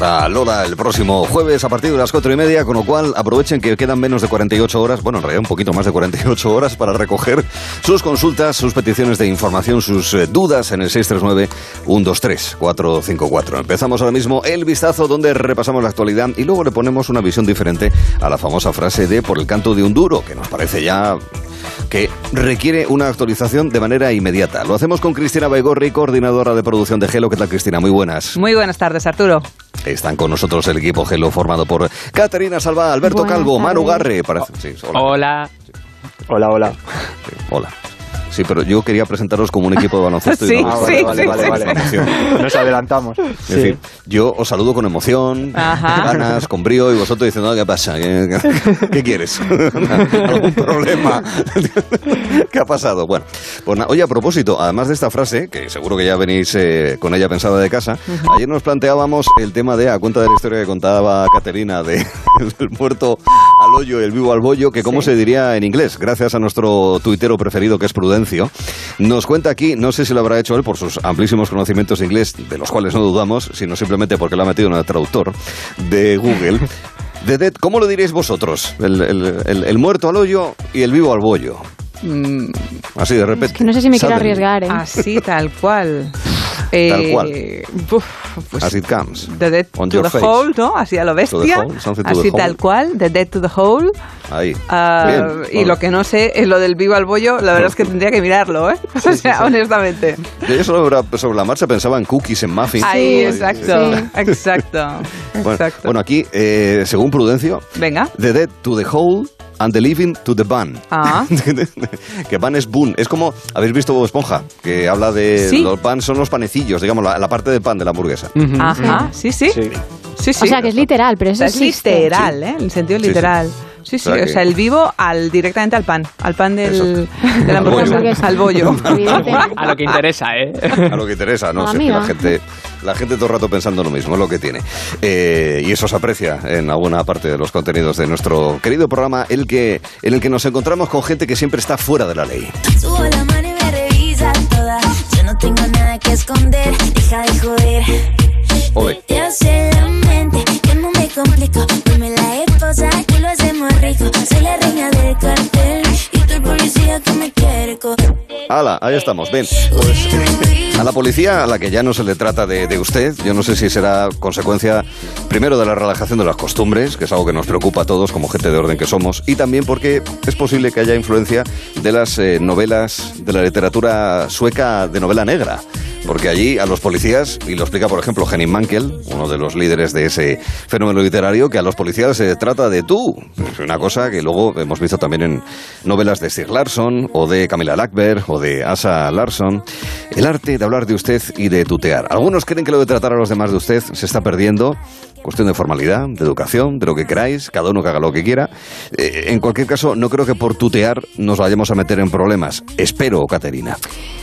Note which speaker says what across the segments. Speaker 1: a Lola el próximo jueves a partir de las cuatro y media, con lo cual aprovechen que quedan menos de 48 horas, bueno, en realidad un poquito más de 48 horas para recoger sus consultas, sus peticiones de información, sus eh, dudas en el 639-123-454. Empezamos ahora mismo el vistazo donde repasamos la actualidad y luego le ponemos una visión diferente a la famosa frase de por el canto de un duro, que nos parece ya que requiere una actualización de manera inmediata. Lo hacemos con Cristina Baigorri, coordinadora de producción de Gelo. ¿Qué tal, Cristina? Muy buenas.
Speaker 2: Muy buenas tardes, Arturo.
Speaker 1: Están con nosotros el equipo Gelo formado por Caterina Salva, Alberto
Speaker 3: Buenas
Speaker 1: Calvo, Manu Garre.
Speaker 3: tardes.
Speaker 1: parece- sí, hola.
Speaker 4: Hola. Ah,
Speaker 3: Hola, hola.
Speaker 1: Sí, hola. Sí, pero yo quería presentaros como un equipo de baloncesto. y
Speaker 2: Sí,
Speaker 1: no-
Speaker 3: Ah, vale,
Speaker 2: sí,
Speaker 3: vale,
Speaker 2: sí,
Speaker 3: vale,
Speaker 2: sí,
Speaker 3: vale.
Speaker 1: Emoción.
Speaker 3: Nos adelantamos.
Speaker 1: Es decir, yo os saludo con emoción,
Speaker 2: Ajá.
Speaker 1: con ganas, con brío, y vosotros diciendo, "Ah, ¿qué pasa? ¿Qué, qué- qué quieres? ¿Algún problema? ¿Qué ha pasado? Bueno, pues na- oye, a propósito, además de esta frase, que seguro que ya venís eh, con ella pensada de casa, ayer nos planteábamos el tema de, a cuenta de la historia que contaba Caterina, de el muerto al hoyo y el vivo al bollo, que cómo se diría en inglés, gracias a nuestro tuitero preferido que es Prudencio, nos cuenta aquí, no sé si lo habrá hecho él por sus amplísimos conocimientos de inglés, de los cuales no dudamos, sino simplemente porque lo ha metido en el traductor de Google. The dead, ¿Cómo lo diréis vosotros? El, el- el- el muerto al hoyo y el vivo al bollo.
Speaker 2: Mm,
Speaker 1: Así de repente.
Speaker 3: Es que no sé si me quiero
Speaker 1: Suddenly,
Speaker 3: arriesgar, ¿eh?
Speaker 2: Así, tal cual. Eh,
Speaker 1: cual.
Speaker 2: buf, pues,
Speaker 1: As it comes.
Speaker 2: The Dead
Speaker 1: On
Speaker 2: to
Speaker 1: your
Speaker 2: the
Speaker 1: face.
Speaker 2: Hole, ¿no? Así a lo bestia.
Speaker 1: hole, something to the
Speaker 2: así
Speaker 1: hole.
Speaker 2: tal cual, The Dead to the Hole.
Speaker 1: Ahí.
Speaker 2: Ah,
Speaker 1: Bien,
Speaker 2: y
Speaker 1: bueno.
Speaker 2: lo que no sé es lo del vivo al bollo, la verdad es que tendría que mirarlo, ¿eh? o sea, honestamente.
Speaker 1: Yo sobre, sobre la marcha pensaba en cookies, en muffins.
Speaker 2: Ahí, exacto,
Speaker 3: sí.
Speaker 2: exacto,
Speaker 1: Bueno,
Speaker 2: exacto.
Speaker 1: bueno, aquí, eh, según Prudencio,
Speaker 2: Venga.
Speaker 1: The dead to the hole and the living to the bun.
Speaker 2: Ah.
Speaker 1: que bun es bun. Es como, ¿habéis visto Bob Esponja? Que habla de
Speaker 2: Sí.
Speaker 1: los pan son los panecillos, digamos, la, la parte del pan de la hamburguesa.
Speaker 2: Ajá, sí, sí. Sí,
Speaker 3: Sí.
Speaker 2: sí.
Speaker 3: o sea, que es literal, pero eso
Speaker 2: es
Speaker 3: existe.
Speaker 2: literal, ¿eh? En el sentido
Speaker 1: Sí, sí.
Speaker 2: literal. Sí, sí,
Speaker 1: O
Speaker 2: o
Speaker 1: sea
Speaker 2: sea,
Speaker 1: que-
Speaker 2: el vivo al directamente al pan, al pan del,
Speaker 1: Exacto.
Speaker 2: de la
Speaker 1: Al
Speaker 2: hamburguesa,
Speaker 3: bollo.
Speaker 2: al bollo.
Speaker 3: Evidentemente.
Speaker 4: A lo que interesa, ¿eh?
Speaker 1: A lo que interesa, ¿no?
Speaker 3: Ah,
Speaker 1: Si es que la
Speaker 3: mira.
Speaker 1: gente, la gente todo el rato pensando lo mismo, es lo que tiene. Eh, y eso se aprecia en alguna parte de los contenidos de nuestro querido programa, el que, en el que nos encontramos con gente que siempre está fuera de la ley.
Speaker 5: Subo la mano y me revisa toda. Yo no tengo nada que esconder, deja de joder.
Speaker 1: Ole.
Speaker 5: Te hace la mente, que no me complico. Dame la esposa, que lo hacemos rico. Soy la reina del cartel y tú el policía que me quiere coger.
Speaker 1: Ala, ahí estamos, bien. Pues, a la policía, a la que ya no se le trata de, de usted, yo no sé si será consecuencia, primero, de la relajación de las costumbres, que es algo que nos preocupa a todos como gente de orden que somos, y también porque es posible que haya influencia de las eh, novelas, de la literatura sueca de novela negra. Porque allí a los policías, y lo explica por ejemplo Henning Mankell, uno de los líderes de ese fenómeno literario, que a los policías se trata de tú. Es una cosa que luego hemos visto también en novelas de Stig Larsson, o de Camila Lackberg, o de Asa Larsson. El arte de hablar de usted y de tutear. Algunos creen que lo de tratar a los demás de usted se está perdiendo. Cuestión de formalidad, de educación, de lo que queráis, cada uno que haga lo que quiera. Eh, en cualquier caso, no creo que por tutear nos vayamos a meter en problemas. Espero, Caterina.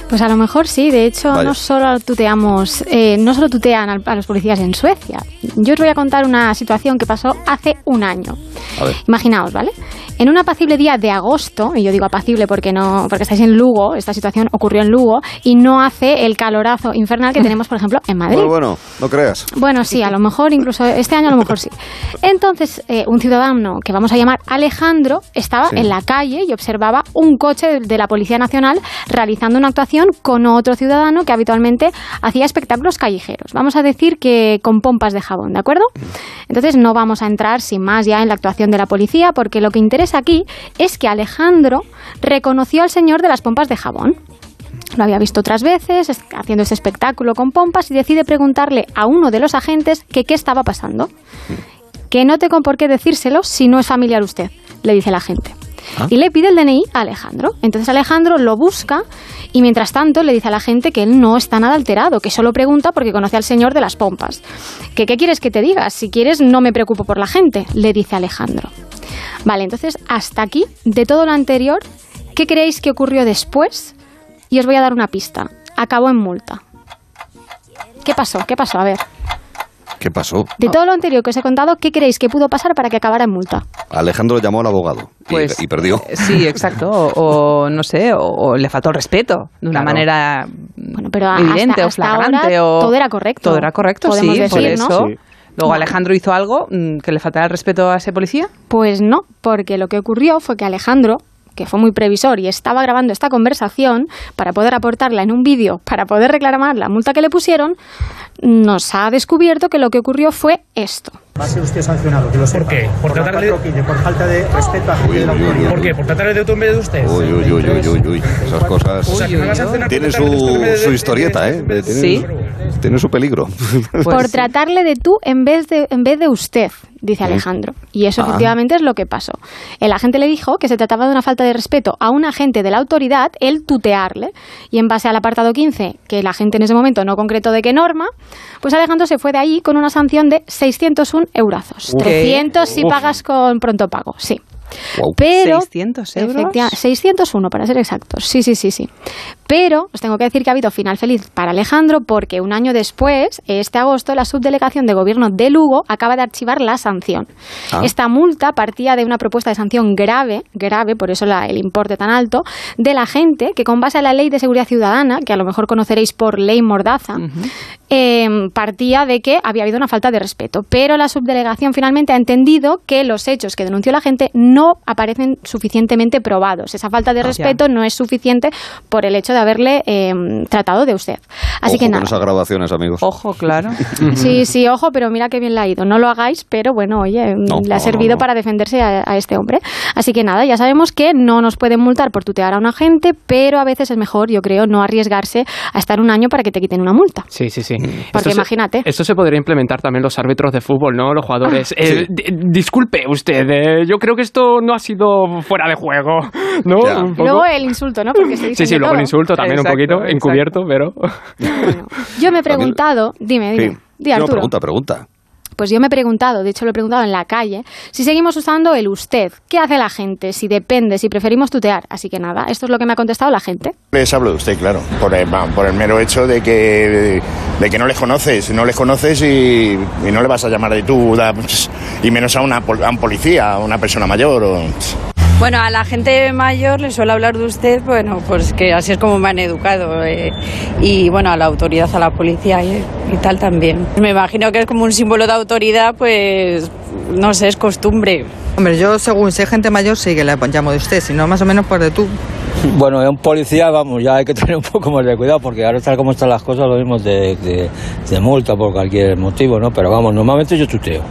Speaker 3: Pues a lo mejor sí, de hecho
Speaker 1: Vaya.
Speaker 3: no solo tuteamos, eh, no solo tutean al- a, los policías en Suecia. Yo os voy a contar una situación que pasó hace un año.
Speaker 1: A ver.
Speaker 3: Imaginaos, ¿vale? En un apacible día de agosto, y yo digo apacible porque no, porque estáis en Lugo, esta situación ocurrió en Lugo y no hace el calorazo infernal que tenemos, por ejemplo, en Madrid.
Speaker 1: Bueno, bueno, no creas.
Speaker 3: Bueno, sí, a lo mejor, incluso este año a lo mejor sí. Entonces, eh, un ciudadano que vamos a llamar Alejandro estaba
Speaker 1: Sí.
Speaker 3: en la calle y observaba un coche de, de la Policía Nacional realizando una actuación con otro ciudadano que habitualmente hacía espectáculos callejeros. Vamos a decir que con pompas de jabón, ¿de acuerdo? Entonces, no vamos a entrar sin más ya en la actuación de la policía, porque lo que interesa aquí es que Alejandro reconoció al señor de las pompas de jabón lo había visto otras veces, es- haciendo ese espectáculo con pompas, y decide preguntarle a uno de los agentes que qué estaba pasando. Que no tengo por qué decírselo si no es familiar usted, le dice la gente. Y le pide el DNI a Alejandro. Entonces Alejandro lo busca y mientras tanto le dice a la gente que él no está nada alterado, que solo pregunta porque conoce al señor de las pompas. Que qué quieres que te diga? Si quieres no me preocupo por la gente, le dice Alejandro. Vale, entonces hasta aquí, de todo lo anterior, ¿qué creéis que ocurrió después? Y os voy a dar una pista. Acabó en multa. ¿Qué pasó? ¿Qué pasó? A ver.
Speaker 1: ¿Qué pasó?
Speaker 3: De todo lo anterior que os he contado, ¿qué creéis que pudo pasar para que acabara en multa?
Speaker 1: Alejandro llamó al abogado y,
Speaker 2: Pues,
Speaker 1: y perdió.
Speaker 2: eh, Sí, exacto. O, o no sé, o, o le faltó el respeto de una
Speaker 4: Claro.
Speaker 2: manera
Speaker 3: Bueno, pero a-
Speaker 2: evidente
Speaker 3: hasta-
Speaker 2: o
Speaker 3: hasta
Speaker 2: flagrante.
Speaker 3: ahora
Speaker 2: o-
Speaker 3: todo era correcto.
Speaker 2: Todo era correcto,
Speaker 3: Podemos
Speaker 2: sí, por
Speaker 3: decir, ¿no?
Speaker 2: eso.
Speaker 3: Sí.
Speaker 2: Luego Alejandro hizo algo mm, que le faltara el respeto a ese policía.
Speaker 3: Pues no, porque lo que ocurrió fue que Alejandro que fue muy previsor y estaba grabando esta conversación para poder aportarla en un vídeo, para poder reclamar la multa que le pusieron, nos ha descubierto que lo que ocurrió fue esto.
Speaker 4: Va a ser usted sancionado, que lo sepa.
Speaker 6: qué? ¿Por
Speaker 4: Por, la
Speaker 6: tratarle-
Speaker 4: 415, por falta de respeto a gente
Speaker 1: Uy,
Speaker 4: de la
Speaker 1: uy, uy,
Speaker 4: autoridad.
Speaker 6: ¿Por qué? ¿Por tratar de auto en vez de usted?
Speaker 1: Uy, uy, uy, uy, uy, uy. Esas cosas.
Speaker 6: O sea, que me vas a cenar por
Speaker 1: Tiene
Speaker 6: tratar de usted en
Speaker 1: su,
Speaker 6: vez de-
Speaker 1: su historieta, ¿eh? Tiene,
Speaker 2: Sí.
Speaker 1: tiene su peligro.
Speaker 2: Pues
Speaker 3: por
Speaker 2: sí.
Speaker 3: tratarle de tú en vez de, en vez de usted, dice Alejandro. Y eso
Speaker 1: Ah.
Speaker 3: efectivamente es lo que pasó. El agente le dijo que se trataba de una falta de respeto a un agente de la autoridad el tutearle. Y en base al apartado 15, que el agente en ese momento no concretó de qué norma, pues Alejandro se fue de ahí con una sanción de 601 eurazos.
Speaker 2: Uf.
Speaker 3: 300 si pagas con pronto pago, sí.
Speaker 1: Guau.
Speaker 3: Pero
Speaker 2: 600 euros.
Speaker 3: Efectiva- 601 para ser exactos. Sí, sí, sí, sí. Pero os tengo que decir que ha habido final feliz para Alejandro porque un año después, este agosto, la subdelegación de gobierno de Lugo acaba de archivar la sanción.
Speaker 1: Ah.
Speaker 3: Esta multa partía de una propuesta de sanción grave, grave, por eso la- el importe tan alto, de la gente que con base a la ley de seguridad ciudadana, que a lo mejor conoceréis por ley Mordaza, eh, partía de que había habido una falta de respeto. Pero la subdelegación finalmente ha entendido que los hechos que denunció la gente no aparecen suficientemente probados. Esa
Speaker 7: Ah,
Speaker 3: falta de respeto no es suficiente por el hecho de haberle eh, tratado de usted.
Speaker 1: Ojo
Speaker 3: Así que
Speaker 1: con
Speaker 3: nada. Oh,
Speaker 1: esas grabaciones, amigos.
Speaker 2: Ojo, claro.
Speaker 3: Sí, sí, ojo, pero mira qué bien la ha ido. No lo hagáis, pero bueno, oye, em,
Speaker 1: No,
Speaker 3: le ha
Speaker 1: no,
Speaker 3: servido
Speaker 1: no, no.
Speaker 3: para defenderse a, a este hombre. Así que nada, ya sabemos que no nos pueden multar por tutear a un agente, pero a veces es mejor, yo creo, no arriesgarse a estar un año para que te quiten una multa.
Speaker 7: Sí, sí, sí.
Speaker 3: Porque
Speaker 7: Esto se-
Speaker 3: imagínate.
Speaker 7: esto se podría implementar también los árbitros de fútbol, ¿no? Los jugadores.
Speaker 4: Ah,
Speaker 7: Eh, di- disculpe usted, eh, yo creo que esto no ha sido fuera de juego, ¿no?
Speaker 1: Ya.
Speaker 7: Un poco.
Speaker 3: Luego el insulto, ¿no? Porque se
Speaker 7: Sí,
Speaker 3: dicen
Speaker 7: sí,
Speaker 3: de
Speaker 7: luego el
Speaker 3: todo.
Speaker 7: insulto también un
Speaker 2: Exacto,
Speaker 7: poquito, encubierto, pero...
Speaker 3: Bueno, yo me he preguntado, dime,
Speaker 1: Sí.
Speaker 3: dime, eh, di,
Speaker 1: No,
Speaker 3: Arturo.
Speaker 1: pregunta, pregunta.
Speaker 3: Pues yo me he preguntado, de hecho lo he preguntado en la calle, si seguimos usando el usted. ¿Qué hace la gente? Si depende, si preferimos tutear. Así que nada, esto es lo que me ha contestado la gente.
Speaker 8: Les hablo de usted, claro, por el, va, por el mero hecho de que, de que no les conoces, no les conoces y, y no le vas a llamar de tú, da, y menos a, una, pol- a un policía, a una persona mayor. O,
Speaker 9: Bueno, a la gente mayor le suele hablar de usted, bueno, pues que así es como me han educado. eh, y bueno, a la autoridad, a la policía eh, y tal también. Me imagino que es como un símbolo de autoridad, pues no sé, es costumbre.
Speaker 10: Hombre, yo según sé gente mayor sí que la llamo de usted, sino más o menos por de tú.
Speaker 11: Bueno, es un policía, vamos, ya hay que tener un poco más de cuidado porque ahora tal como están las cosas, lo mismo de, de, de multa por cualquier motivo, ¿no? Pero vamos, normalmente yo tuteo.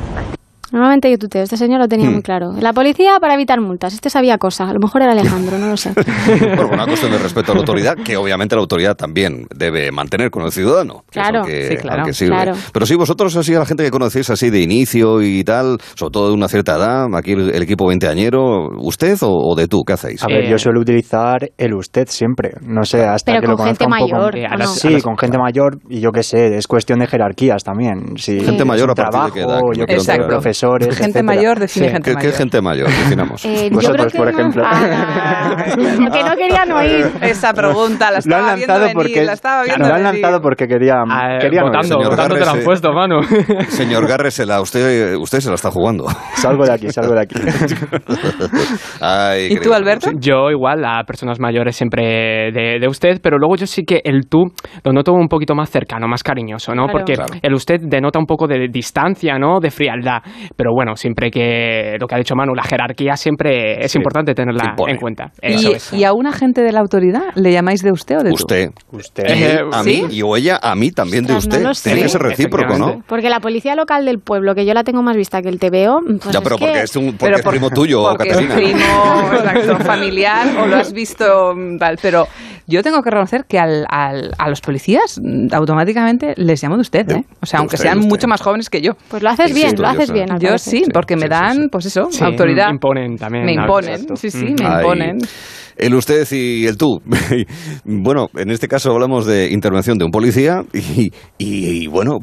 Speaker 3: Normalmente yo tuteo, este señor lo tenía
Speaker 1: Hmm.
Speaker 3: muy claro. La policía para evitar multas, este sabía cosa, a lo mejor era Alejandro, no lo sé.
Speaker 1: Por una cuestión de respeto a la autoridad, que obviamente la autoridad también debe mantener con el ciudadano. que es
Speaker 3: Claro,
Speaker 1: al que-
Speaker 2: sí, claro,
Speaker 1: al que sirve.
Speaker 3: claro.
Speaker 1: Pero si vosotros así, a la gente que conocéis así de inicio y tal, sobre todo de una cierta edad, aquí el, el equipo veinteañero, ¿usted o, o de tú? ¿Qué hacéis?
Speaker 4: A ver,
Speaker 7: Eh,
Speaker 4: yo suelo utilizar el usted siempre. No sé, hasta
Speaker 3: Pero
Speaker 4: que lo
Speaker 3: con gente
Speaker 4: conozca un poco.
Speaker 3: mayor.
Speaker 7: Eh, a
Speaker 3: ¿o
Speaker 7: las-
Speaker 3: no?
Speaker 4: Sí, con gente mayor y yo qué sé, es cuestión de jerarquías también. Si
Speaker 3: Gente
Speaker 4: es
Speaker 1: mayor
Speaker 4: un
Speaker 1: a partir de
Speaker 4: trabajo,
Speaker 1: qué edad, que me
Speaker 4: yo qué sé,
Speaker 2: Exacto.
Speaker 4: profesores,
Speaker 2: Gente
Speaker 4: etcétera.
Speaker 2: mayor define
Speaker 7: Sí.
Speaker 2: gente
Speaker 1: ¿Qué, qué
Speaker 2: mayor.
Speaker 1: gente mayor? Definamos.
Speaker 3: Eh, yo creo
Speaker 4: Vosotros,
Speaker 3: que
Speaker 4: por
Speaker 3: no-
Speaker 4: ejemplo.
Speaker 3: Ah, lo que no querían oír.
Speaker 2: Esa pregunta la
Speaker 4: Lo
Speaker 2: estaba
Speaker 4: han lanzado
Speaker 2: viendo venir,
Speaker 4: porque
Speaker 2: la estaba viendo
Speaker 4: lo han
Speaker 2: venir.
Speaker 4: lanzado porque querían,
Speaker 7: Ah, eh,
Speaker 4: querían oír.
Speaker 7: votando,
Speaker 1: señor
Speaker 7: votando te lo han
Speaker 1: Garrese.
Speaker 7: puesto, mano.
Speaker 1: Señor Garresela, usted, usted se la está jugando.
Speaker 4: Salgo de aquí, salgo de aquí.
Speaker 1: Ay,
Speaker 2: ¿Y tú,
Speaker 1: querido.
Speaker 2: Alberto?
Speaker 7: Yo igual a personas mayores siempre de, de usted, pero luego yo sí que el tú lo noto un poquito más cercano, más cariñoso, ¿no?
Speaker 3: Claro.
Speaker 7: Porque
Speaker 1: Claro.
Speaker 7: el usted denota un poco de distancia, ¿no? De frialdad. Pero bueno, siempre que lo que ha dicho Manu, la jerarquía siempre es importante
Speaker 1: Se
Speaker 7: tenerla
Speaker 1: impone.
Speaker 7: en cuenta. Eso es.
Speaker 2: ¿Y, y a un agente de la autoridad le llamáis de usted o de tú? Eh,
Speaker 1: Usted.
Speaker 4: Usted.
Speaker 1: Y él a
Speaker 2: ¿Sí?
Speaker 1: mí y o ella a mí también de usted.
Speaker 3: Ostras, no lo
Speaker 1: Tiene
Speaker 3: sé.
Speaker 1: que ser recíproco, ¿no?
Speaker 7: Efectivamente.
Speaker 3: Porque la policía local del pueblo, que yo la tengo más vista que el TVO, pues
Speaker 1: ya,
Speaker 3: es
Speaker 1: pero
Speaker 3: que-
Speaker 1: porque es, un, porque es
Speaker 2: por-
Speaker 1: primo tuyo,
Speaker 2: porque es
Speaker 1: Caterina.
Speaker 2: primo, exacto, familiar, o lo has visto mm, tal. Pero yo tengo que reconocer que al- al- a los policías mm, automáticamente les llamo de usted, ¿eh? O sea,
Speaker 1: De
Speaker 2: aunque
Speaker 1: usted,
Speaker 2: sean
Speaker 1: de usted.
Speaker 2: mucho más jóvenes que yo.
Speaker 3: Pues lo haces
Speaker 1: Sí,
Speaker 3: bien,
Speaker 1: sí,
Speaker 3: lo haces
Speaker 1: yo sé.
Speaker 3: bien. al
Speaker 2: Yo
Speaker 3: parecer.
Speaker 2: sí, porque me
Speaker 1: sí,
Speaker 2: dan,
Speaker 1: sí, sí.
Speaker 2: pues eso,
Speaker 7: Sí,
Speaker 2: autoridad.
Speaker 7: imponen también,
Speaker 2: Me
Speaker 7: ¿no?
Speaker 2: imponen,
Speaker 7: Exacto.
Speaker 2: sí, sí, me
Speaker 1: Ay,
Speaker 2: imponen.
Speaker 1: El usted y el tú. bueno, en este caso hablamos de intervención de un policía y, y, bueno,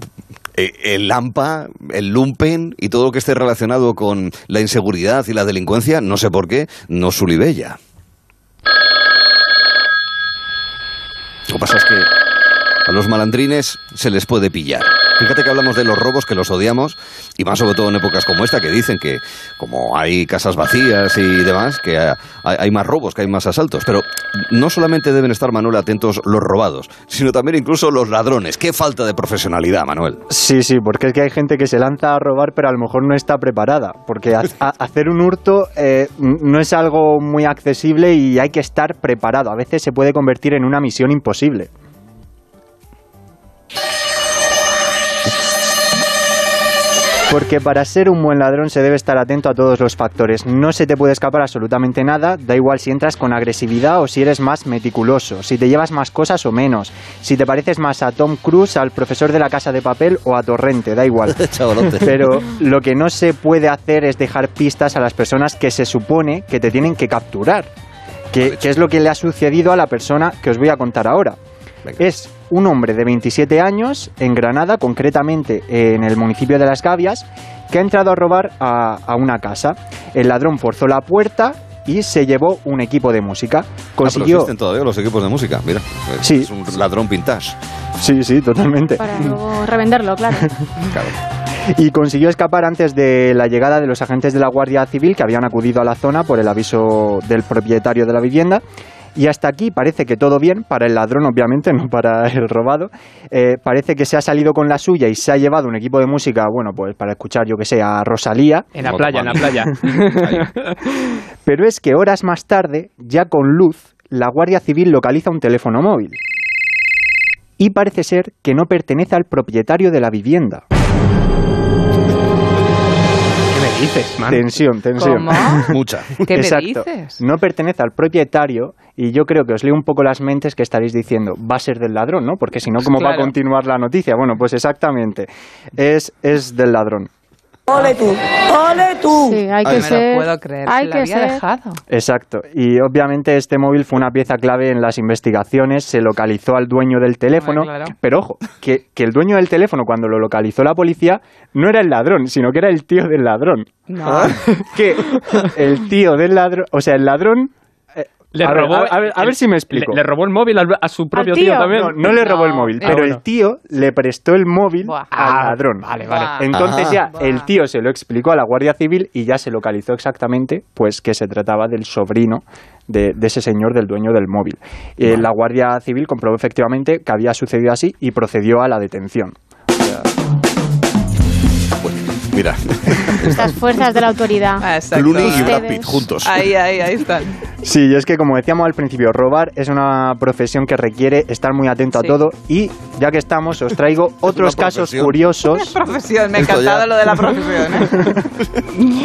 Speaker 1: eh, el AMPA, el lumpen y todo lo que esté relacionado con la inseguridad y la delincuencia, no sé por qué, no Sulibella. Lo que pasa es que a los malandrines se les puede pillar. Fíjate que hablamos de los robos que los odiamos y más sobre todo en épocas como esta que dicen que como hay casas vacías y demás, que ha- hay, hay más robos, que hay más asaltos. Pero no solamente deben estar, Manuel, atentos los robados, sino también incluso los ladrones. Qué falta de profesionalidad, Manuel.
Speaker 4: Sí, sí, porque es que hay gente que se lanza a robar, pero a lo mejor no está preparada. Porque ha- a- hacer un hurto eh, n- no es algo muy accesible y hay que estar preparado. A veces se puede convertir en una misión imposible. Porque para ser un buen ladrón se debe estar atento a todos los factores. No se te puede escapar absolutamente nada, da igual si entras con agresividad o si eres más meticuloso, si te llevas más cosas o menos, si te pareces más a Tom Cruise, al profesor de la casa de papel o a Torrente, da igual.
Speaker 1: Chavalote.
Speaker 4: Pero lo que no se puede hacer es dejar pistas a las personas que se supone que te tienen que capturar. Que, que es lo que le ha sucedido a la persona que os voy a contar ahora. Es un hombre de 27 años en Granada, concretamente en el municipio de Las Gavias, que ha entrado a robar a, a una casa. El ladrón forzó la puerta y se llevó un equipo de música.
Speaker 1: Ah, pero
Speaker 4: Consiguió...
Speaker 1: existen todavía los equipos de música, mira. Es-
Speaker 4: Sí.
Speaker 1: Es un ladrón vintage.
Speaker 4: sí, sí, totalmente.
Speaker 3: Para luego revenderlo, claro.
Speaker 4: y consiguió escapar antes de la llegada de los agentes de la Guardia Civil que habían acudido a la zona por el aviso del propietario de la vivienda. Y hasta aquí parece que todo bien, para el ladrón obviamente, no para el robado. Eh, parece que se ha salido con la suya y se ha llevado un equipo de música, bueno, pues para escuchar, yo que sé, a Rosalía.
Speaker 7: En la playa, en la playa.
Speaker 4: Pero es que horas más tarde, ya con luz, la Guardia Civil localiza un teléfono móvil. Y parece ser que no pertenece al propietario de la vivienda.
Speaker 7: ¿Qué me dices, man?
Speaker 4: Tensión, tensión.
Speaker 7: ¿Cómo?
Speaker 1: Mucha.
Speaker 7: ¿Qué me
Speaker 4: Exacto.
Speaker 7: dices?
Speaker 4: No pertenece al propietario y yo creo que os leo un poco las mentes que estaréis diciendo, va a ser del ladrón, ¿no? Porque si no, ¿cómo va a
Speaker 12: Claro.
Speaker 4: continuar la noticia? Bueno, pues exactamente, es, es del ladrón.
Speaker 12: ¡Ole tú! ¡Ole tú!
Speaker 3: Sí,
Speaker 4: Ay,
Speaker 3: hay que
Speaker 4: me lo
Speaker 3: ser.
Speaker 4: puedo creer,
Speaker 3: Hay
Speaker 2: se la
Speaker 3: que
Speaker 2: había
Speaker 3: ser.
Speaker 2: dejado.
Speaker 4: Exacto. Y obviamente este móvil fue una pieza clave en las investigaciones, se localizó al dueño del teléfono,
Speaker 2: Hombre, claro.
Speaker 4: pero ojo, que, que el dueño del teléfono cuando lo localizó la policía no era el ladrón, sino que era el tío del ladrón. Ah.
Speaker 2: No.
Speaker 4: que el tío del ladrón, o sea, el ladrón... eh,
Speaker 7: Le
Speaker 4: a ver,
Speaker 7: robó
Speaker 4: a- a ver- a
Speaker 7: el-
Speaker 4: ver si me explico.
Speaker 7: Le, le robó el móvil al- a su propio tío? también.
Speaker 4: No, no Ah, le robó el móvil, pero el tío le prestó el móvil al ladrón. Ah, Vale,
Speaker 7: vale.
Speaker 4: Entonces
Speaker 7: Ah.
Speaker 4: ya el tío se lo explicó a la Guardia Civil y ya se localizó exactamente pues que se trataba del sobrino de, de ese señor, del dueño del móvil. Eh, La Guardia Civil comprobó efectivamente que había sucedido así y procedió a la detención.
Speaker 1: Mira,
Speaker 3: Las fuerzas de la autoridad.
Speaker 1: Clooney y Brad
Speaker 3: Ustedes.
Speaker 1: Pitt juntos.
Speaker 2: Ahí, ahí, ahí están.
Speaker 4: Sí, y es que como decíamos al principio, robar es una profesión que requiere estar muy atento a todo y ya que estamos, os traigo otros casos
Speaker 2: profesión.
Speaker 4: curiosos.
Speaker 2: Profesión, me ha
Speaker 4: Esto
Speaker 2: encantado
Speaker 4: ya.
Speaker 2: lo de la profesión. ¿eh?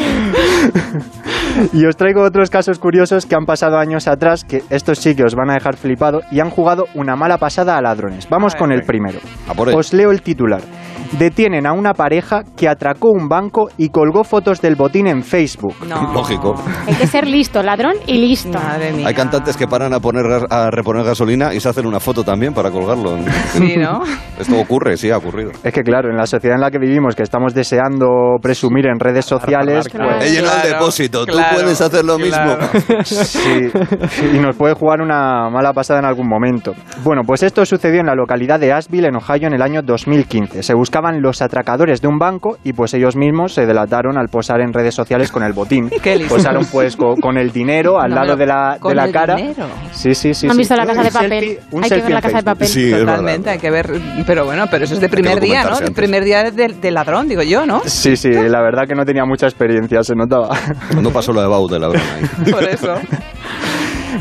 Speaker 4: Y os traigo otros casos curiosos que han pasado años atrás, que estos sí que os van a dejar flipado y han jugado una mala pasada a ladrones. Vamos con el primero. Os leo el titular. Detienen a una pareja que atracó un banco y colgó fotos del botín en Facebook.
Speaker 1: Lógico.
Speaker 3: Hay que ser listo, ladrón y listo. Madre
Speaker 1: Hay cantantes que paran a poner gas- a reponer gasolina y se hacen una foto también para colgarlo.
Speaker 2: Sí, ¿no?
Speaker 1: Esto ocurre, sí, ha ocurrido.
Speaker 4: Es que claro, en la sociedad en la que vivimos, que estamos deseando presumir en redes sociales, pues-
Speaker 1: He llenado el depósito,
Speaker 4: claro,
Speaker 1: tú puedes hacer lo mismo.
Speaker 4: Sí, y nos puede jugar una mala pasada en algún momento. Bueno, pues esto sucedió en la localidad de Asheville, en Ohio, en el año 2015. Se buscaban los atracadores de un banco y pues ellos mismos se delataron al posar en redes sociales con el botín.
Speaker 2: Qué listos.
Speaker 4: Posaron pues co- con el dinero al
Speaker 2: No,
Speaker 4: lado
Speaker 2: pero
Speaker 4: de la,
Speaker 2: con
Speaker 4: de la
Speaker 2: el
Speaker 4: cara.
Speaker 2: dinero.
Speaker 4: Sí, sí, sí.
Speaker 3: ¿Han
Speaker 4: sí.
Speaker 3: visto la casa de
Speaker 4: Un selfie-
Speaker 3: papel?
Speaker 4: un
Speaker 3: Hay que ver
Speaker 4: selfie
Speaker 3: la
Speaker 4: en
Speaker 3: casa de
Speaker 4: Facebook.
Speaker 3: papel. Sí, es
Speaker 2: Totalmente, hay que ver. Pero bueno, pero eso es de
Speaker 4: Hay que
Speaker 2: primer día, ¿no?
Speaker 4: documentarse
Speaker 2: El
Speaker 4: antes.
Speaker 2: primer día del del ladrón, digo yo, ¿no?
Speaker 4: Sí, sí, la verdad que no tenía mucha experiencia, se notaba.
Speaker 1: No pasó lo de Baude, la broma.
Speaker 2: Por eso.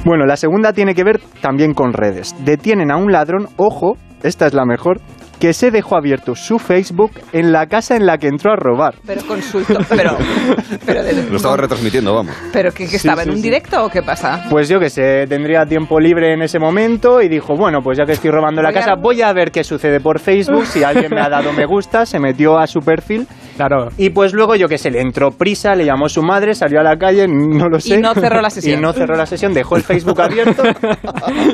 Speaker 4: Bueno, la segunda tiene que ver también con redes. Detienen a un ladrón, ojo, esta es la mejor, que se dejó abierto su Facebook en la casa en la que entró a robar.
Speaker 2: Pero consulto. Pero,
Speaker 1: Lo estaba retransmitiendo, vamos.
Speaker 2: pero que, que
Speaker 4: Sí,
Speaker 2: estaba
Speaker 4: sí,
Speaker 2: en un
Speaker 4: sí.
Speaker 2: directo o qué pasa?
Speaker 4: Pues yo que sé, tendría tiempo libre en ese momento y dijo, bueno, pues ya que estoy robando la
Speaker 2: Voy a-
Speaker 4: casa, voy a ver qué sucede por Facebook, si alguien me ha dado me gusta, se metió a su perfil.
Speaker 7: Claro.
Speaker 4: Y pues luego yo que sé, le entró prisa, le llamó su madre, salió a la calle, no lo sé.
Speaker 2: no cerró la sesión.
Speaker 4: Y no cerró la sesión, dejó el Facebook abierto.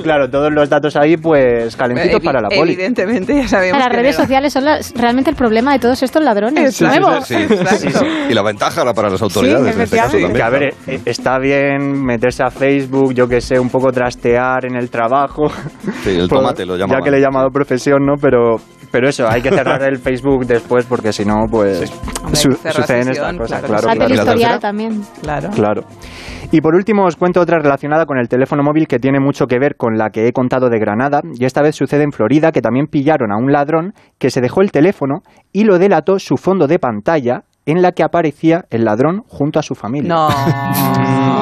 Speaker 4: claro, todos los datos ahí pues calentitos
Speaker 2: Evi-
Speaker 4: para la poli.
Speaker 2: Evidentemente, ya
Speaker 3: Las redes sociales son las- realmente el problema de todos estos ladrones.
Speaker 1: Sí, sí,
Speaker 3: nuevos.
Speaker 1: sí, sí, sí. Y la ventaja era para las autoridades en este caso también.
Speaker 4: Que a ver,
Speaker 1: claro.
Speaker 4: eh, está bien meterse a Facebook, yo que sé, un poco trastear en el trabajo.
Speaker 1: Sí, el
Speaker 4: Por-
Speaker 1: tomate lo
Speaker 4: pues, Ya
Speaker 1: llamaban.
Speaker 4: que le he llamado profesión, ¿no? Pero, pero eso, hay que cerrar el Facebook después porque si no, pues su- suceden estas cosas, claro.
Speaker 3: Salte
Speaker 4: claro.
Speaker 3: el historial también. Claro.
Speaker 4: Claro. Y por último os cuento otra relacionada con el teléfono móvil que tiene mucho que ver con la que he contado de Granada y esta vez sucede en Florida que también pillaron a un ladrón que se dejó el teléfono y lo delató su fondo de pantalla en la que aparecía el ladrón junto a su familia.
Speaker 2: No.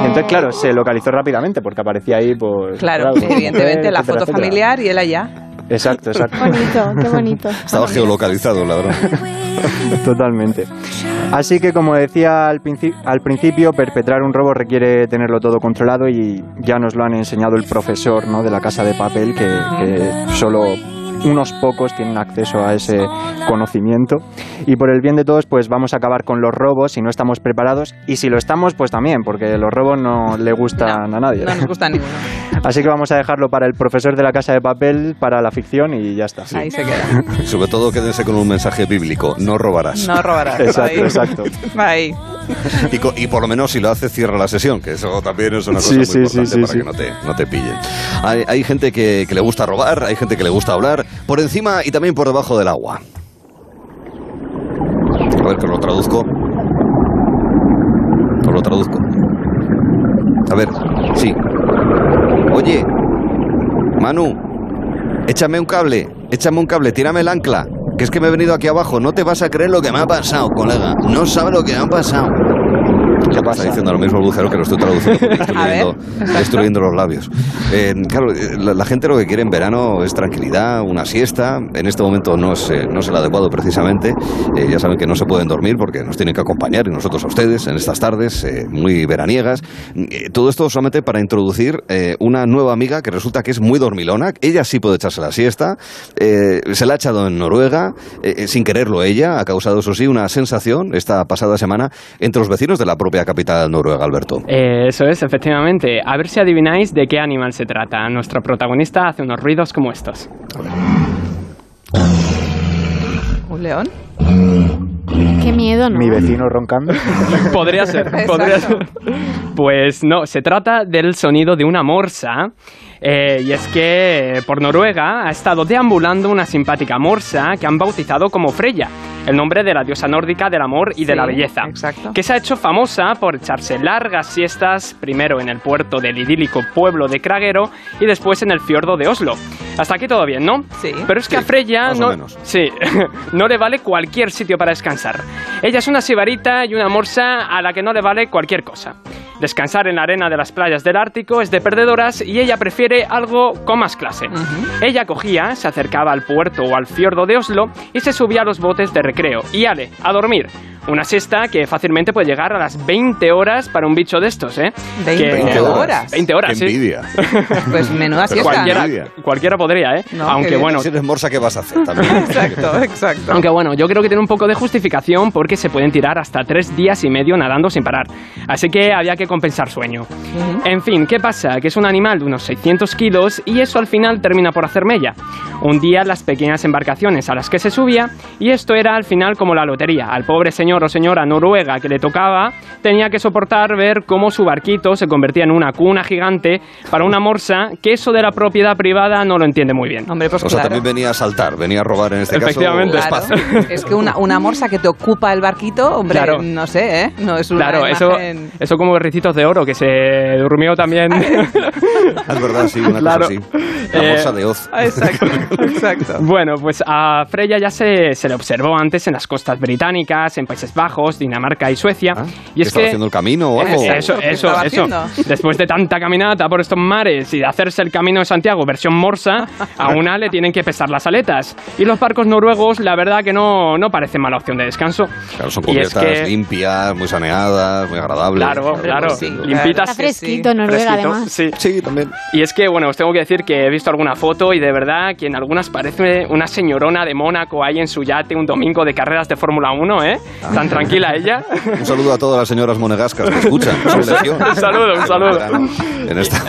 Speaker 4: Entonces claro, se localizó rápidamente porque aparecía ahí pues
Speaker 2: Ah. Claro,
Speaker 4: como
Speaker 2: evidentemente
Speaker 4: mujer,
Speaker 2: la
Speaker 4: etcétera,
Speaker 2: foto
Speaker 4: etcétera.
Speaker 2: familiar y él allá.
Speaker 4: Exacto, exacto.
Speaker 3: Bonito, qué bonito.
Speaker 1: Estaba geolocalizado el ladrón.
Speaker 4: Totalmente. Así que, como decía al, princi- al principio, perpetrar un robo requiere tenerlo todo controlado y ya nos lo han enseñado el profesor ¿no? de la casa de papel, que, que solo unos pocos tienen acceso a ese conocimiento. Y por el bien de todos, pues vamos a acabar con los robos si no estamos preparados. Y si lo estamos, pues también, porque los robos no le gustan a nadie.
Speaker 2: No nos gusta ninguno.
Speaker 4: Así que vamos a dejarlo para el profesor de la casa de papel, para la ficción y ya está.
Speaker 2: Ahí se queda.
Speaker 1: Sobre todo quédense con un mensaje bíblico, no robarás.
Speaker 2: No robarás.
Speaker 4: Exacto,
Speaker 2: Ahí.
Speaker 4: exacto.
Speaker 2: Ahí.
Speaker 1: Y, co- y por lo menos si lo hace cierra la sesión, que eso también es una cosa
Speaker 4: Sí,
Speaker 1: muy
Speaker 4: sí,
Speaker 1: importante
Speaker 4: sí, sí,
Speaker 1: para
Speaker 4: sí.
Speaker 1: que no te, no te pillen. Hay, hay gente que, que le gusta robar, hay gente que le gusta hablar, por encima y también por debajo del agua. A ver, que os lo traduzco. Os lo traduzco. A ver, sí. Oye, Manu, échame un cable, échame un cable, tírame el ancla. Que es que me he venido aquí abajo, no te vas a creer lo que me ha pasado, colega. No sabes lo que me ha pasado. Ya pasa? Está diciendo lo mismo el bucero que lo estoy traduciendo, porque estoy
Speaker 2: A ver.
Speaker 1: leyendo- destruyendo los labios. Eh, claro, eh, la, la gente lo que quiere en verano es tranquilidad, una siesta. En este momento no es, eh, no es el adecuado precisamente. Eh, ya saben que no se pueden dormir porque nos tienen que acompañar y nosotros a ustedes en estas tardes eh, muy veraniegas. Eh, todo esto solamente para introducir eh, una nueva amiga que resulta que es muy dormilona. Ella sí puede echarse la siesta. Eh, se la ha echado en Noruega, eh, eh, sin quererlo ella. Ha causado, eso sí, una sensación esta pasada semana entre los vecinos de la propia capital noruega, Alberto.
Speaker 7: Eh, eso es, efectivamente. A ver si adivináis de qué animal se trata. Nuestro protagonista hace unos ruidos como estos.
Speaker 2: ¿Un león?
Speaker 3: Qué miedo, ¿no?
Speaker 4: Mi vecino roncando.
Speaker 7: Podría ser, podría ser. Pues no, se trata del sonido de una morsa. Eh, y es que eh, por Noruega ha estado deambulando una simpática morsa que han bautizado como Freya, el nombre de la diosa nórdica del amor y de
Speaker 2: Sí,
Speaker 7: la belleza, que se ha hecho famosa por echarse largas siestas primero en el puerto del idílico pueblo de Cragero y después en el fiordo de Oslo. Hasta aquí todo bien, ¿no? Sí. Pero es que a Freya
Speaker 1: más o
Speaker 7: Ah, no,
Speaker 1: menos.
Speaker 7: Sí, no le vale cualquier sitio para descansar. Ella es una sibarita y una morsa a la que no le vale cualquier cosa. Descansar en la arena de las playas del Ártico es de perdedoras y ella prefiere algo con más clase. Ella cogía, se acercaba al puerto o al fiordo de Oslo y se subía a los botes de recreo. Y ale, a dormir. Una siesta que fácilmente puede llegar a las 20 horas para un bicho de estos, ¿eh?
Speaker 2: 20 horas.
Speaker 7: 20 horas,
Speaker 1: Qué
Speaker 7: sí.
Speaker 1: envidia.
Speaker 2: Pues menuda
Speaker 1: Pero
Speaker 2: siesta.
Speaker 1: cualquiera-
Speaker 2: ¿no?
Speaker 7: Cualquiera podría, ¿eh?
Speaker 2: No, qué
Speaker 7: Aunque
Speaker 2: bien.
Speaker 7: bueno,
Speaker 1: Si eres morsa, ¿qué vas a hacer también?
Speaker 2: Exacto, exacto.
Speaker 7: Aunque bueno, yo creo que tiene un poco de justificación porque se pueden tirar hasta tres días y medio nadando sin parar. Así que había que compensar sueño. En fin, ¿qué pasa? Que es un animal de unos 600 kilos y eso al final termina por hacer mella. Un día las pequeñas embarcaciones a las que se subía y esto era al final como la lotería. Al pobre señor o señora noruega que le tocaba tenía que soportar ver cómo su barquito se convertía en una cuna gigante para una morsa que eso de la propiedad privada no lo entiende muy bien.
Speaker 2: Hombre, pues
Speaker 1: o sea,
Speaker 2: claro.
Speaker 1: también venía a saltar, venía a robar en este caso
Speaker 7: Efectivamente.
Speaker 1: espacio.
Speaker 2: Claro. Es que una, una morsa que te ocupa el barquito, hombre,
Speaker 7: Claro.
Speaker 2: no sé, ¿eh? No es una
Speaker 7: Claro, eso,
Speaker 2: imagen-
Speaker 7: eso como Berricitos de Oro, que se durmió también.
Speaker 1: Es verdad, sí, una
Speaker 7: Claro.
Speaker 1: cosa así. La
Speaker 7: Eh,
Speaker 1: morsa de Oz.
Speaker 2: Exacto, exacto.
Speaker 7: bueno, pues a Freya ya se, se le observó antes en las costas británicas, en Países Bajos, Dinamarca y Suecia. y
Speaker 1: Ah, ¿Qué
Speaker 7: es
Speaker 1: estaba
Speaker 7: que...
Speaker 1: haciendo el camino o algo?
Speaker 7: Eso, eso,
Speaker 2: ¿Qué
Speaker 7: eso.
Speaker 2: estaba
Speaker 7: eso.
Speaker 2: haciendo?
Speaker 7: Después de tanta caminata por estos mares y de hacerse el camino de Santiago versión morsa, a una le tienen que pesar las aletas. Y los barcos noruegos, la verdad que no, no parecen mala opción de descanso.
Speaker 1: Claro, son
Speaker 7: Y es
Speaker 1: cubiertas
Speaker 7: que-
Speaker 1: limpias, muy saneadas, muy agradables.
Speaker 7: Claro, claro.
Speaker 1: Sí.
Speaker 7: Limpitas.
Speaker 3: Está fresquito en Noruega, además.
Speaker 7: Sí.
Speaker 1: también.
Speaker 7: Y es que, bueno, os tengo que decir que he visto alguna foto y de verdad que en algunas parece una señorona de Mónaco ahí en su yate un domingo de carreras de Fórmula 1, ¿eh? tan
Speaker 1: Ah.
Speaker 7: tranquila ella.
Speaker 1: Un saludo a todas las señoras monegascas que escuchan. Son legión.
Speaker 7: Un saludo, un saludo.
Speaker 1: En esta-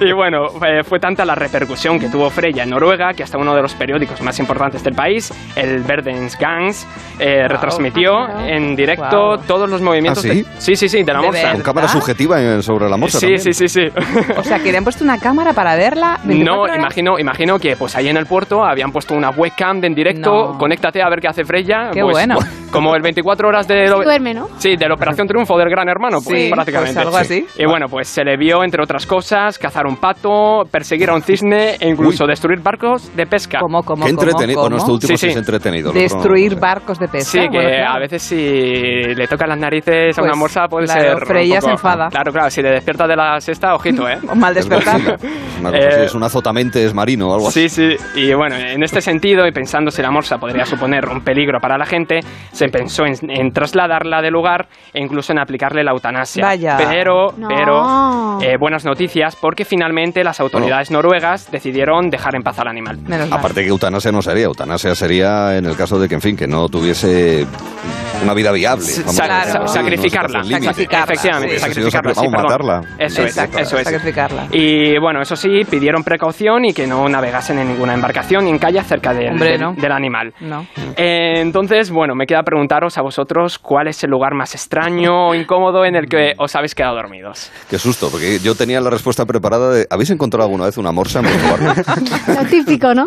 Speaker 7: Y bueno, eh, fue tanta la repercusión que tuvo Freya en Noruega que hasta uno de los periódicos más importantes del país, el Verdens Gangs, eh, retransmitió en directo
Speaker 1: Wow.
Speaker 7: todos los movimientos.
Speaker 1: ¿Ah, sí?
Speaker 7: de- sí, sí, sí, de la morsa.
Speaker 1: Con cámara subjetiva en- sobre la moza.
Speaker 7: ¿Ah? Sí,
Speaker 1: también.
Speaker 7: sí, sí, sí.
Speaker 2: O sea, que le han puesto una cámara para verla. 24
Speaker 7: No,
Speaker 2: horas.
Speaker 7: imagino, imagino que pues ahí en el puerto habían puesto una webcam de en directo, conéctate a ver qué hace Freya.
Speaker 2: Qué
Speaker 7: pues,
Speaker 2: bueno.
Speaker 7: Como el 24 horas de... lo-
Speaker 3: Duerme, ¿no?
Speaker 7: Sí, de la Operación Triunfo del Gran Hermano, pues
Speaker 2: Sí,
Speaker 7: prácticamente.
Speaker 2: pues, algo así.
Speaker 7: Y bueno, pues se le vio, entre otras cosas, cazar un pato, perseguir a un cisne e incluso destruir barcos de pesca. ¿Cómo,
Speaker 2: cómo,
Speaker 1: Qué entretenido. Bueno, este último
Speaker 7: Sí,
Speaker 1: sí,
Speaker 7: sí.
Speaker 1: es entretenido. lo otro no.
Speaker 2: Destruir barcos de pesca.
Speaker 7: Sí, que
Speaker 2: bueno, claro.
Speaker 7: a veces si le tocan las narices a una
Speaker 2: Pues,
Speaker 7: morsa puede
Speaker 2: claro,
Speaker 7: ser. un
Speaker 2: Freya se
Speaker 7: poco-
Speaker 2: enfada.
Speaker 7: Claro, claro, si le despiertas de la sexta, ojito, ¿eh?
Speaker 2: Mal despertar.
Speaker 1: Una cosa así,
Speaker 7: Eh,
Speaker 1: es un azotamentes marino o algo así.
Speaker 7: Sí, sí. Y bueno, en este sentido, y pensando si la morsa podría suponer un peligro para la gente, se pensó en, en trasladarla del lugar e incluso en aplicarle la eutanasia.
Speaker 2: Vaya.
Speaker 7: Pero,
Speaker 2: No.
Speaker 7: pero, eh, buenas noticias, porque finalmente las autoridades noruegas decidieron dejar en paz al animal.
Speaker 1: Aparte que eutanasia no sería, eutanasia sería en el caso de que, en fin, que no tuviese una vida viable. vamos a
Speaker 7: Sa-
Speaker 1: decir
Speaker 7: sa-
Speaker 1: así,
Speaker 7: sacrificarla,
Speaker 1: no sé, hasta el límite.
Speaker 7: sacrificarla, efectivamente,
Speaker 1: Hubiese sido
Speaker 7: sacrificarla,
Speaker 1: sacri- vamos,
Speaker 7: sí, perdón.
Speaker 1: matarla.
Speaker 7: Eso es,
Speaker 1: Exacto.
Speaker 7: eso es.
Speaker 2: Sacrificarla.
Speaker 7: Y bueno, eso sí, pidieron precaución y que no navegasen en ninguna embarcación ni en calles cerca del,
Speaker 2: Hombre,
Speaker 7: del-
Speaker 2: no.
Speaker 7: del animal.
Speaker 2: No.
Speaker 7: Eh, entonces, bueno, me queda preguntaros a vosotros cuál es el lugar más extraño o incómodo en el que os habéis quedado dormidos.
Speaker 1: Qué susto, porque yo tenía la respuesta preparada de ¿habéis encontrado alguna vez una morsa en vuestro barco?
Speaker 3: Lo típico, ¿no?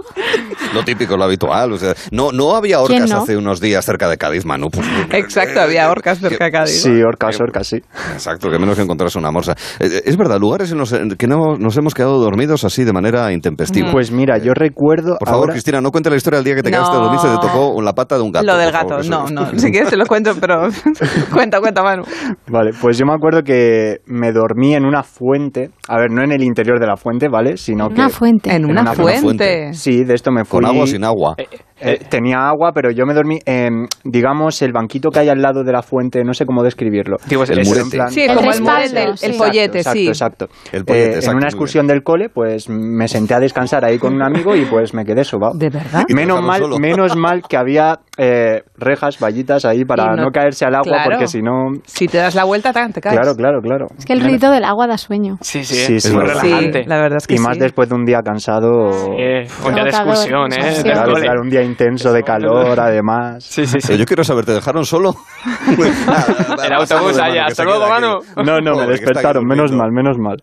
Speaker 1: Lo típico, lo habitual. o sea, no, no había
Speaker 3: ¿Quién
Speaker 1: orcas
Speaker 3: no?
Speaker 1: hace unos días cerca de Cádiz, Manu. pues,
Speaker 2: Exacto, había orcas cerca de Cádiz.
Speaker 1: Sí,
Speaker 4: orcas, orcas, sí.
Speaker 1: Exacto, que menos que encontrarse una morsa. Eh, Es verdad, lugares en los en que no nos hemos quedado dormidos así de manera
Speaker 7: Mm.
Speaker 1: intempestiva.
Speaker 4: Pues mira, yo recuerdo.
Speaker 1: Mm. Eh, Por favor,
Speaker 4: ahora-
Speaker 1: Cristina, no cuente la historia del día que te quedaste
Speaker 2: No.
Speaker 1: dormido y te tocó la pata de un gato.
Speaker 2: Lo del
Speaker 1: por favor,
Speaker 2: gato,
Speaker 1: eso-
Speaker 2: no, no. Si quieres te lo cuento, pero cuenta, cuenta, Manu.
Speaker 4: Vale, pues yo me acuerdo que me dormí en una fuente. A ver, no en el interior de la fuente, ¿vale? Sino que.
Speaker 3: Una fuente.
Speaker 2: En una fuente.
Speaker 4: Sí, de esto me fui.
Speaker 1: ¿Con agua o sin agua?
Speaker 4: Eh, tenía agua, pero yo me dormí en, digamos, el banquito que hay al lado de la fuente, no sé cómo describirlo.
Speaker 1: Digo, es pues el
Speaker 4: Pero en
Speaker 1: murete.
Speaker 4: plan-
Speaker 2: Sí, El como el respaldo, murete, el- sí. el follete,
Speaker 4: exacto,
Speaker 2: sí.
Speaker 4: Exacto,
Speaker 1: El follete,
Speaker 4: Eh,
Speaker 1: exacto,
Speaker 4: en
Speaker 1: muy
Speaker 4: una excursión del cole, pues me senté a descansar ahí con un amigo y pues me quedé sobado.
Speaker 2: ¿De verdad?
Speaker 1: Y te
Speaker 4: Menos
Speaker 1: dejaron
Speaker 4: mal,
Speaker 1: solo.
Speaker 4: menos mal que había eh, rejas, vallitas ahí para
Speaker 2: Y
Speaker 4: no,
Speaker 2: no-
Speaker 4: caerse al agua,
Speaker 2: claro.
Speaker 4: porque si no...
Speaker 2: Si te das la vuelta, tan, te caes.
Speaker 4: Claro, claro, claro.
Speaker 3: Es que el ruido del agua da sueño.
Speaker 7: Sí, sí,
Speaker 4: Sí,
Speaker 7: es
Speaker 4: sí. Sí,
Speaker 7: muy relajante.
Speaker 2: la verdad es que
Speaker 4: y más
Speaker 2: sí.
Speaker 4: después de un día cansado...
Speaker 7: Eh, fue un día de
Speaker 3: Agotador,
Speaker 7: excursión, ¿eh?
Speaker 3: sí.
Speaker 7: Del
Speaker 4: Claro,
Speaker 7: cole.
Speaker 4: claro, un día intenso de calor, además.
Speaker 7: Sí, sí,
Speaker 1: Pero
Speaker 7: sí.
Speaker 1: yo quiero saber, ¿te dejaron solo? Pues
Speaker 7: El
Speaker 1: el
Speaker 7: autobús allá. Hasta luego, Manu.
Speaker 4: No, no, me
Speaker 1: Pobre, que está
Speaker 4: despertaron,
Speaker 1: aquí
Speaker 4: menos
Speaker 1: durmiendo.
Speaker 4: mal, menos mal.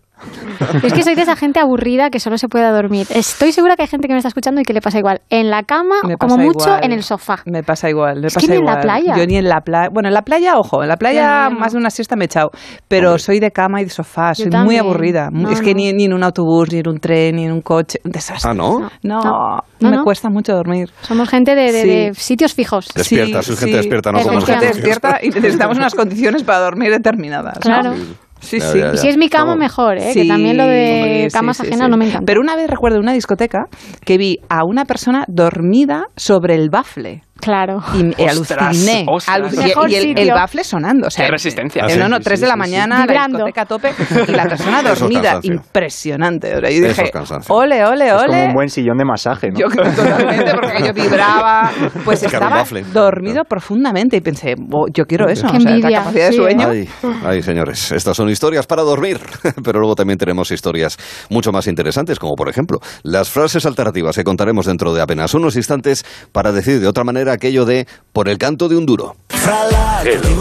Speaker 3: Es que soy de esa gente aburrida que solo se puede dormir. Estoy segura que hay gente que me está escuchando y que le pasa igual. En la cama,
Speaker 2: Me
Speaker 3: como
Speaker 2: pasa
Speaker 3: mucho,
Speaker 2: igual.
Speaker 3: en el sofá.
Speaker 2: Me pasa igual, me
Speaker 3: Es que
Speaker 2: pasa
Speaker 3: ni en la
Speaker 2: igual.
Speaker 3: playa.
Speaker 2: Yo ni en la playa. Bueno, en la playa, ojo, en la playa
Speaker 3: Ya, no.
Speaker 2: más de una siesta me he echado. Pero soy de cama y de sofá, soy muy
Speaker 3: también.
Speaker 2: aburrida.
Speaker 3: No,
Speaker 2: es que
Speaker 3: no.
Speaker 2: ni, ni en un autobús, ni en un tren, ni en un coche. Un desastre.
Speaker 1: Ah, ¿no?
Speaker 2: No,
Speaker 3: No,
Speaker 2: me
Speaker 3: no.
Speaker 2: cuesta mucho dormir.
Speaker 3: Somos gente de, de-
Speaker 2: Sí.
Speaker 3: de sitios fijos.
Speaker 1: Despierta,
Speaker 2: Sí,
Speaker 1: sois gente
Speaker 2: sí.
Speaker 1: despierta, no
Speaker 3: Es
Speaker 1: como
Speaker 3: gente
Speaker 1: nosotros.
Speaker 2: Despierta y necesitamos unas condiciones para dormir determinadas. ¿no?
Speaker 3: Claro.
Speaker 2: Sí,
Speaker 1: Ya,
Speaker 2: sí.
Speaker 1: ya, ya.
Speaker 3: Si es mi cama, mejor, ¿eh? que también lo
Speaker 2: hombre,
Speaker 3: de
Speaker 2: sí,
Speaker 3: camas
Speaker 2: sí,
Speaker 3: ajenas
Speaker 2: sí.
Speaker 3: no me encanta.
Speaker 2: Pero una vez recuerdo en una discoteca que vi a una persona dormida sobre el bafle.
Speaker 3: claro.
Speaker 2: Y me- eh,
Speaker 7: Ostras,
Speaker 2: aluciné.
Speaker 7: ostras.
Speaker 2: aluciné.
Speaker 3: Mejor
Speaker 2: Y el, el
Speaker 3: sitio.
Speaker 2: bafle sonando. O sea,
Speaker 7: Qué resistencia.
Speaker 2: eh,
Speaker 1: Ah, sí,
Speaker 2: no, no,
Speaker 1: sí,
Speaker 2: 3
Speaker 1: sí,
Speaker 2: de la
Speaker 1: sí, sí.
Speaker 2: mañana, la
Speaker 3: Vibrando.
Speaker 2: discoteca a tope y la persona
Speaker 1: Eso es
Speaker 2: dormida.
Speaker 1: cansancio.
Speaker 2: Impresionante. O sea, yo
Speaker 1: Eso
Speaker 2: dije,
Speaker 1: es cansancio.
Speaker 2: ole, ole,
Speaker 4: Es como
Speaker 2: ole.
Speaker 4: un buen sillón de masaje, ¿no?
Speaker 2: Yo totalmente, porque yo vibraba. Pues
Speaker 1: Claro, un
Speaker 2: estaba
Speaker 1: bafle.
Speaker 2: dormido profundamente y pensé, "Oh, yo quiero eso.
Speaker 3: Qué
Speaker 2: o sea, la
Speaker 3: envidia,
Speaker 2: capacidad de
Speaker 3: sí, ¿eh?
Speaker 2: sueño.
Speaker 1: Ay, ay, señores, estas son historias para dormir, pero luego también tenemos historias mucho más interesantes, como por ejemplo las frases alternativas que contaremos dentro de apenas unos instantes para decir de otra manera aquello de por el canto de un duro.
Speaker 13: El